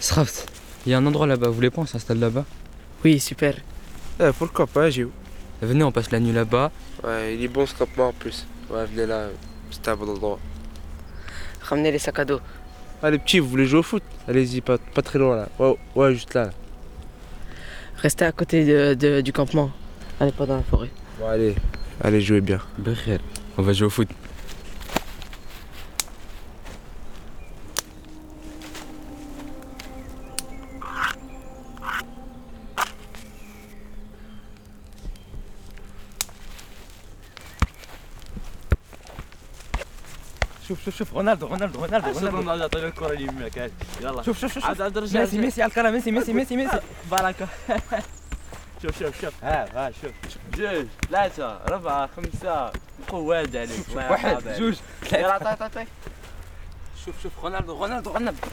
Sraft. Il y a un endroit là-bas, vous voulez pas on s'installe là-bas Oui, super. Eh, pourquoi pas, Gio Eh, Venez, on passe la nuit là-bas. Ouais, il est bon ce campement en plus. Ouais, venez là, c'est un bon endroit. Ramenez les sacs à dos. Ah, les petits, vous voulez jouer au foot Allez-y, pas, pas très loin là. Ouais, ouais juste là. là. Restez à côté de- de- du campement. Allez pas dans la forêt. Bon, allez. Allez, jouez bien. On va jouer au foot. شوف شوف شوف رونالدو رونالدو رونالدو شوف رونالدو رونالدو عطيله الكره اليمين كاج يلا شوف شوف شوف شوف عاد عاد رجع ميسي ميسي على الكره ميسي ميسي ميسي ميسي بركه شوف شوف شوف ها ها شوف جوج ثلاثه اربعه خمسه قواد عليك الله واحد يرحم زوج عليك. يلا عطي عطي عطي شوف شوف رونالدو رونالدو رونالدو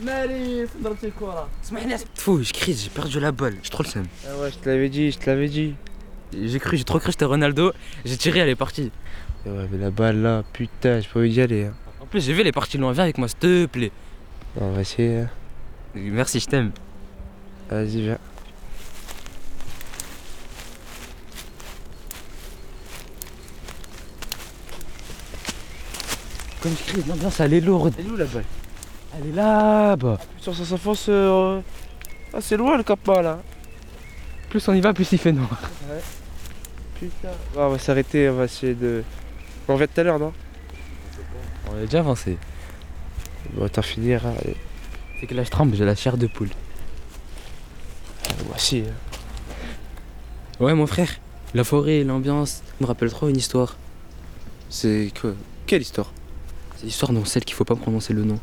مالي ضربت الكره اسمح لي Fou, je crie, j'ai perdu la balle. J'ai trop le seum. Ah ouais, je te l'avais dit, je te l'avais dit. J'ai cru, j'ai trop cru que j'étais Ronaldo. J'ai tiré, elle est partie. Eh ouais, mais la balle là, putain, je pouvais y aller. hein. En plus, j'ai vu, elle est partie loin. Viens avec moi, s'il te plaît. On va essayer. hein. Merci, je t'aime. Vas-y, viens. Comme je crie, l'ambiance, elle est lourde. Elle est où la balle Elle est là-bas. Sur ça s'enfonce. euh, Ah, c'est loin le campement là. Plus on y va, plus il fait noir. Putain. Bon, on va s'arrêter, on va essayer de. On revient tout à l'heure, non On est déjà avancé. Bon, autant finir. hein, allez. C'est que là, je tremble, j'ai la chair de poule. Moi aussi. hein. Ouais, mon frère. La forêt, l'ambiance, me rappelle trop une histoire. C'est quoi Quelle histoire C'est l'histoire dont celle qu'il faut pas prononcer le nom.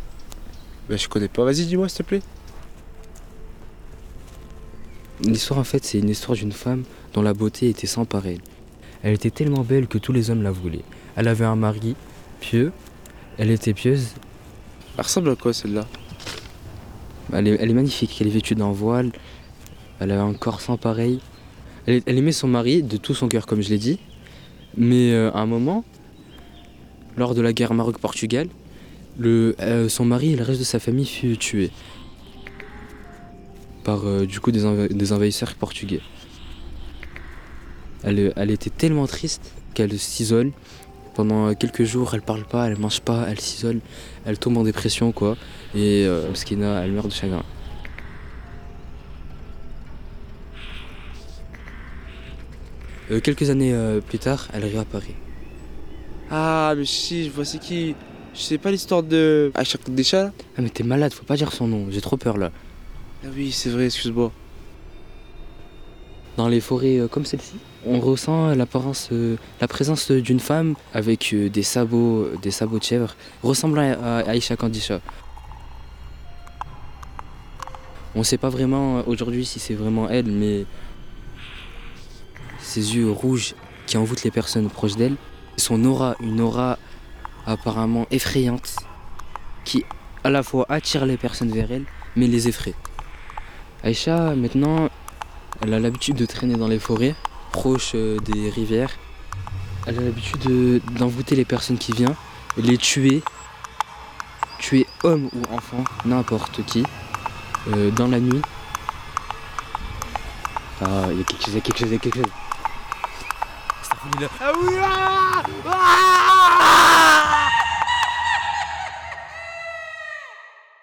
Bah, je connais pas. Vas-y, dis-moi s'il te plaît. L'histoire en fait c'est une histoire d'une femme dont la beauté était sans pareil. Elle était tellement belle que tous les hommes la voulaient. Elle avait un mari pieux, elle était pieuse, Elle ressemble à quoi celle-là elle est, elle est magnifique, elle est vêtue d'un voile, elle a un corps sans pareil. Elle, est- elle aimait son mari de tout son cœur comme je l'ai dit, mais euh, à un moment, lors de la guerre Maroc-Portugal, le- euh, son mari et le reste de sa famille fut tué par euh, du coup des, env- des envahisseurs portugais. Elle, elle était tellement triste qu'elle s'isole. Pendant quelques jours, elle parle pas, elle mange pas, elle s'isole, elle tombe en dépression quoi. Et euh, Skina, elle meurt de chagrin. Euh, quelques années euh, plus tard, elle réapparaît. Ah, mais si, je vois c'est qui. Je sais pas l'histoire de. Ah, chaque des chats là Ah mais t'es malade, faut pas dire son nom, j'ai trop peur là. Ah oui, c'est vrai, excuse-moi. Dans les forêts euh, comme celle-ci, on ressent l'apparence, euh, la présence euh, d'une femme avec euh, des sabots, euh, des sabots de chèvre, ressemblant à, à Aisha Kandisha. On sait pas vraiment euh, aujourd'hui si c'est vraiment elle, mais ses yeux rouges qui envoûtent les personnes proches d'elle, son aura, une aura apparemment effrayante, qui à la fois attire les personnes vers elle, mais les effraie. Aïcha, maintenant, elle a l'habitude de traîner dans les forêts, proche euh, des rivières. Elle a l'habitude de- d'envoûter les personnes qui viennent, et les tuer, tuer homme ou enfant, n'importe qui, euh, dans la nuit. Ah, il y a quelque chose, il y a quelque chose, il y a quelque chose. Ah oui, ah Ah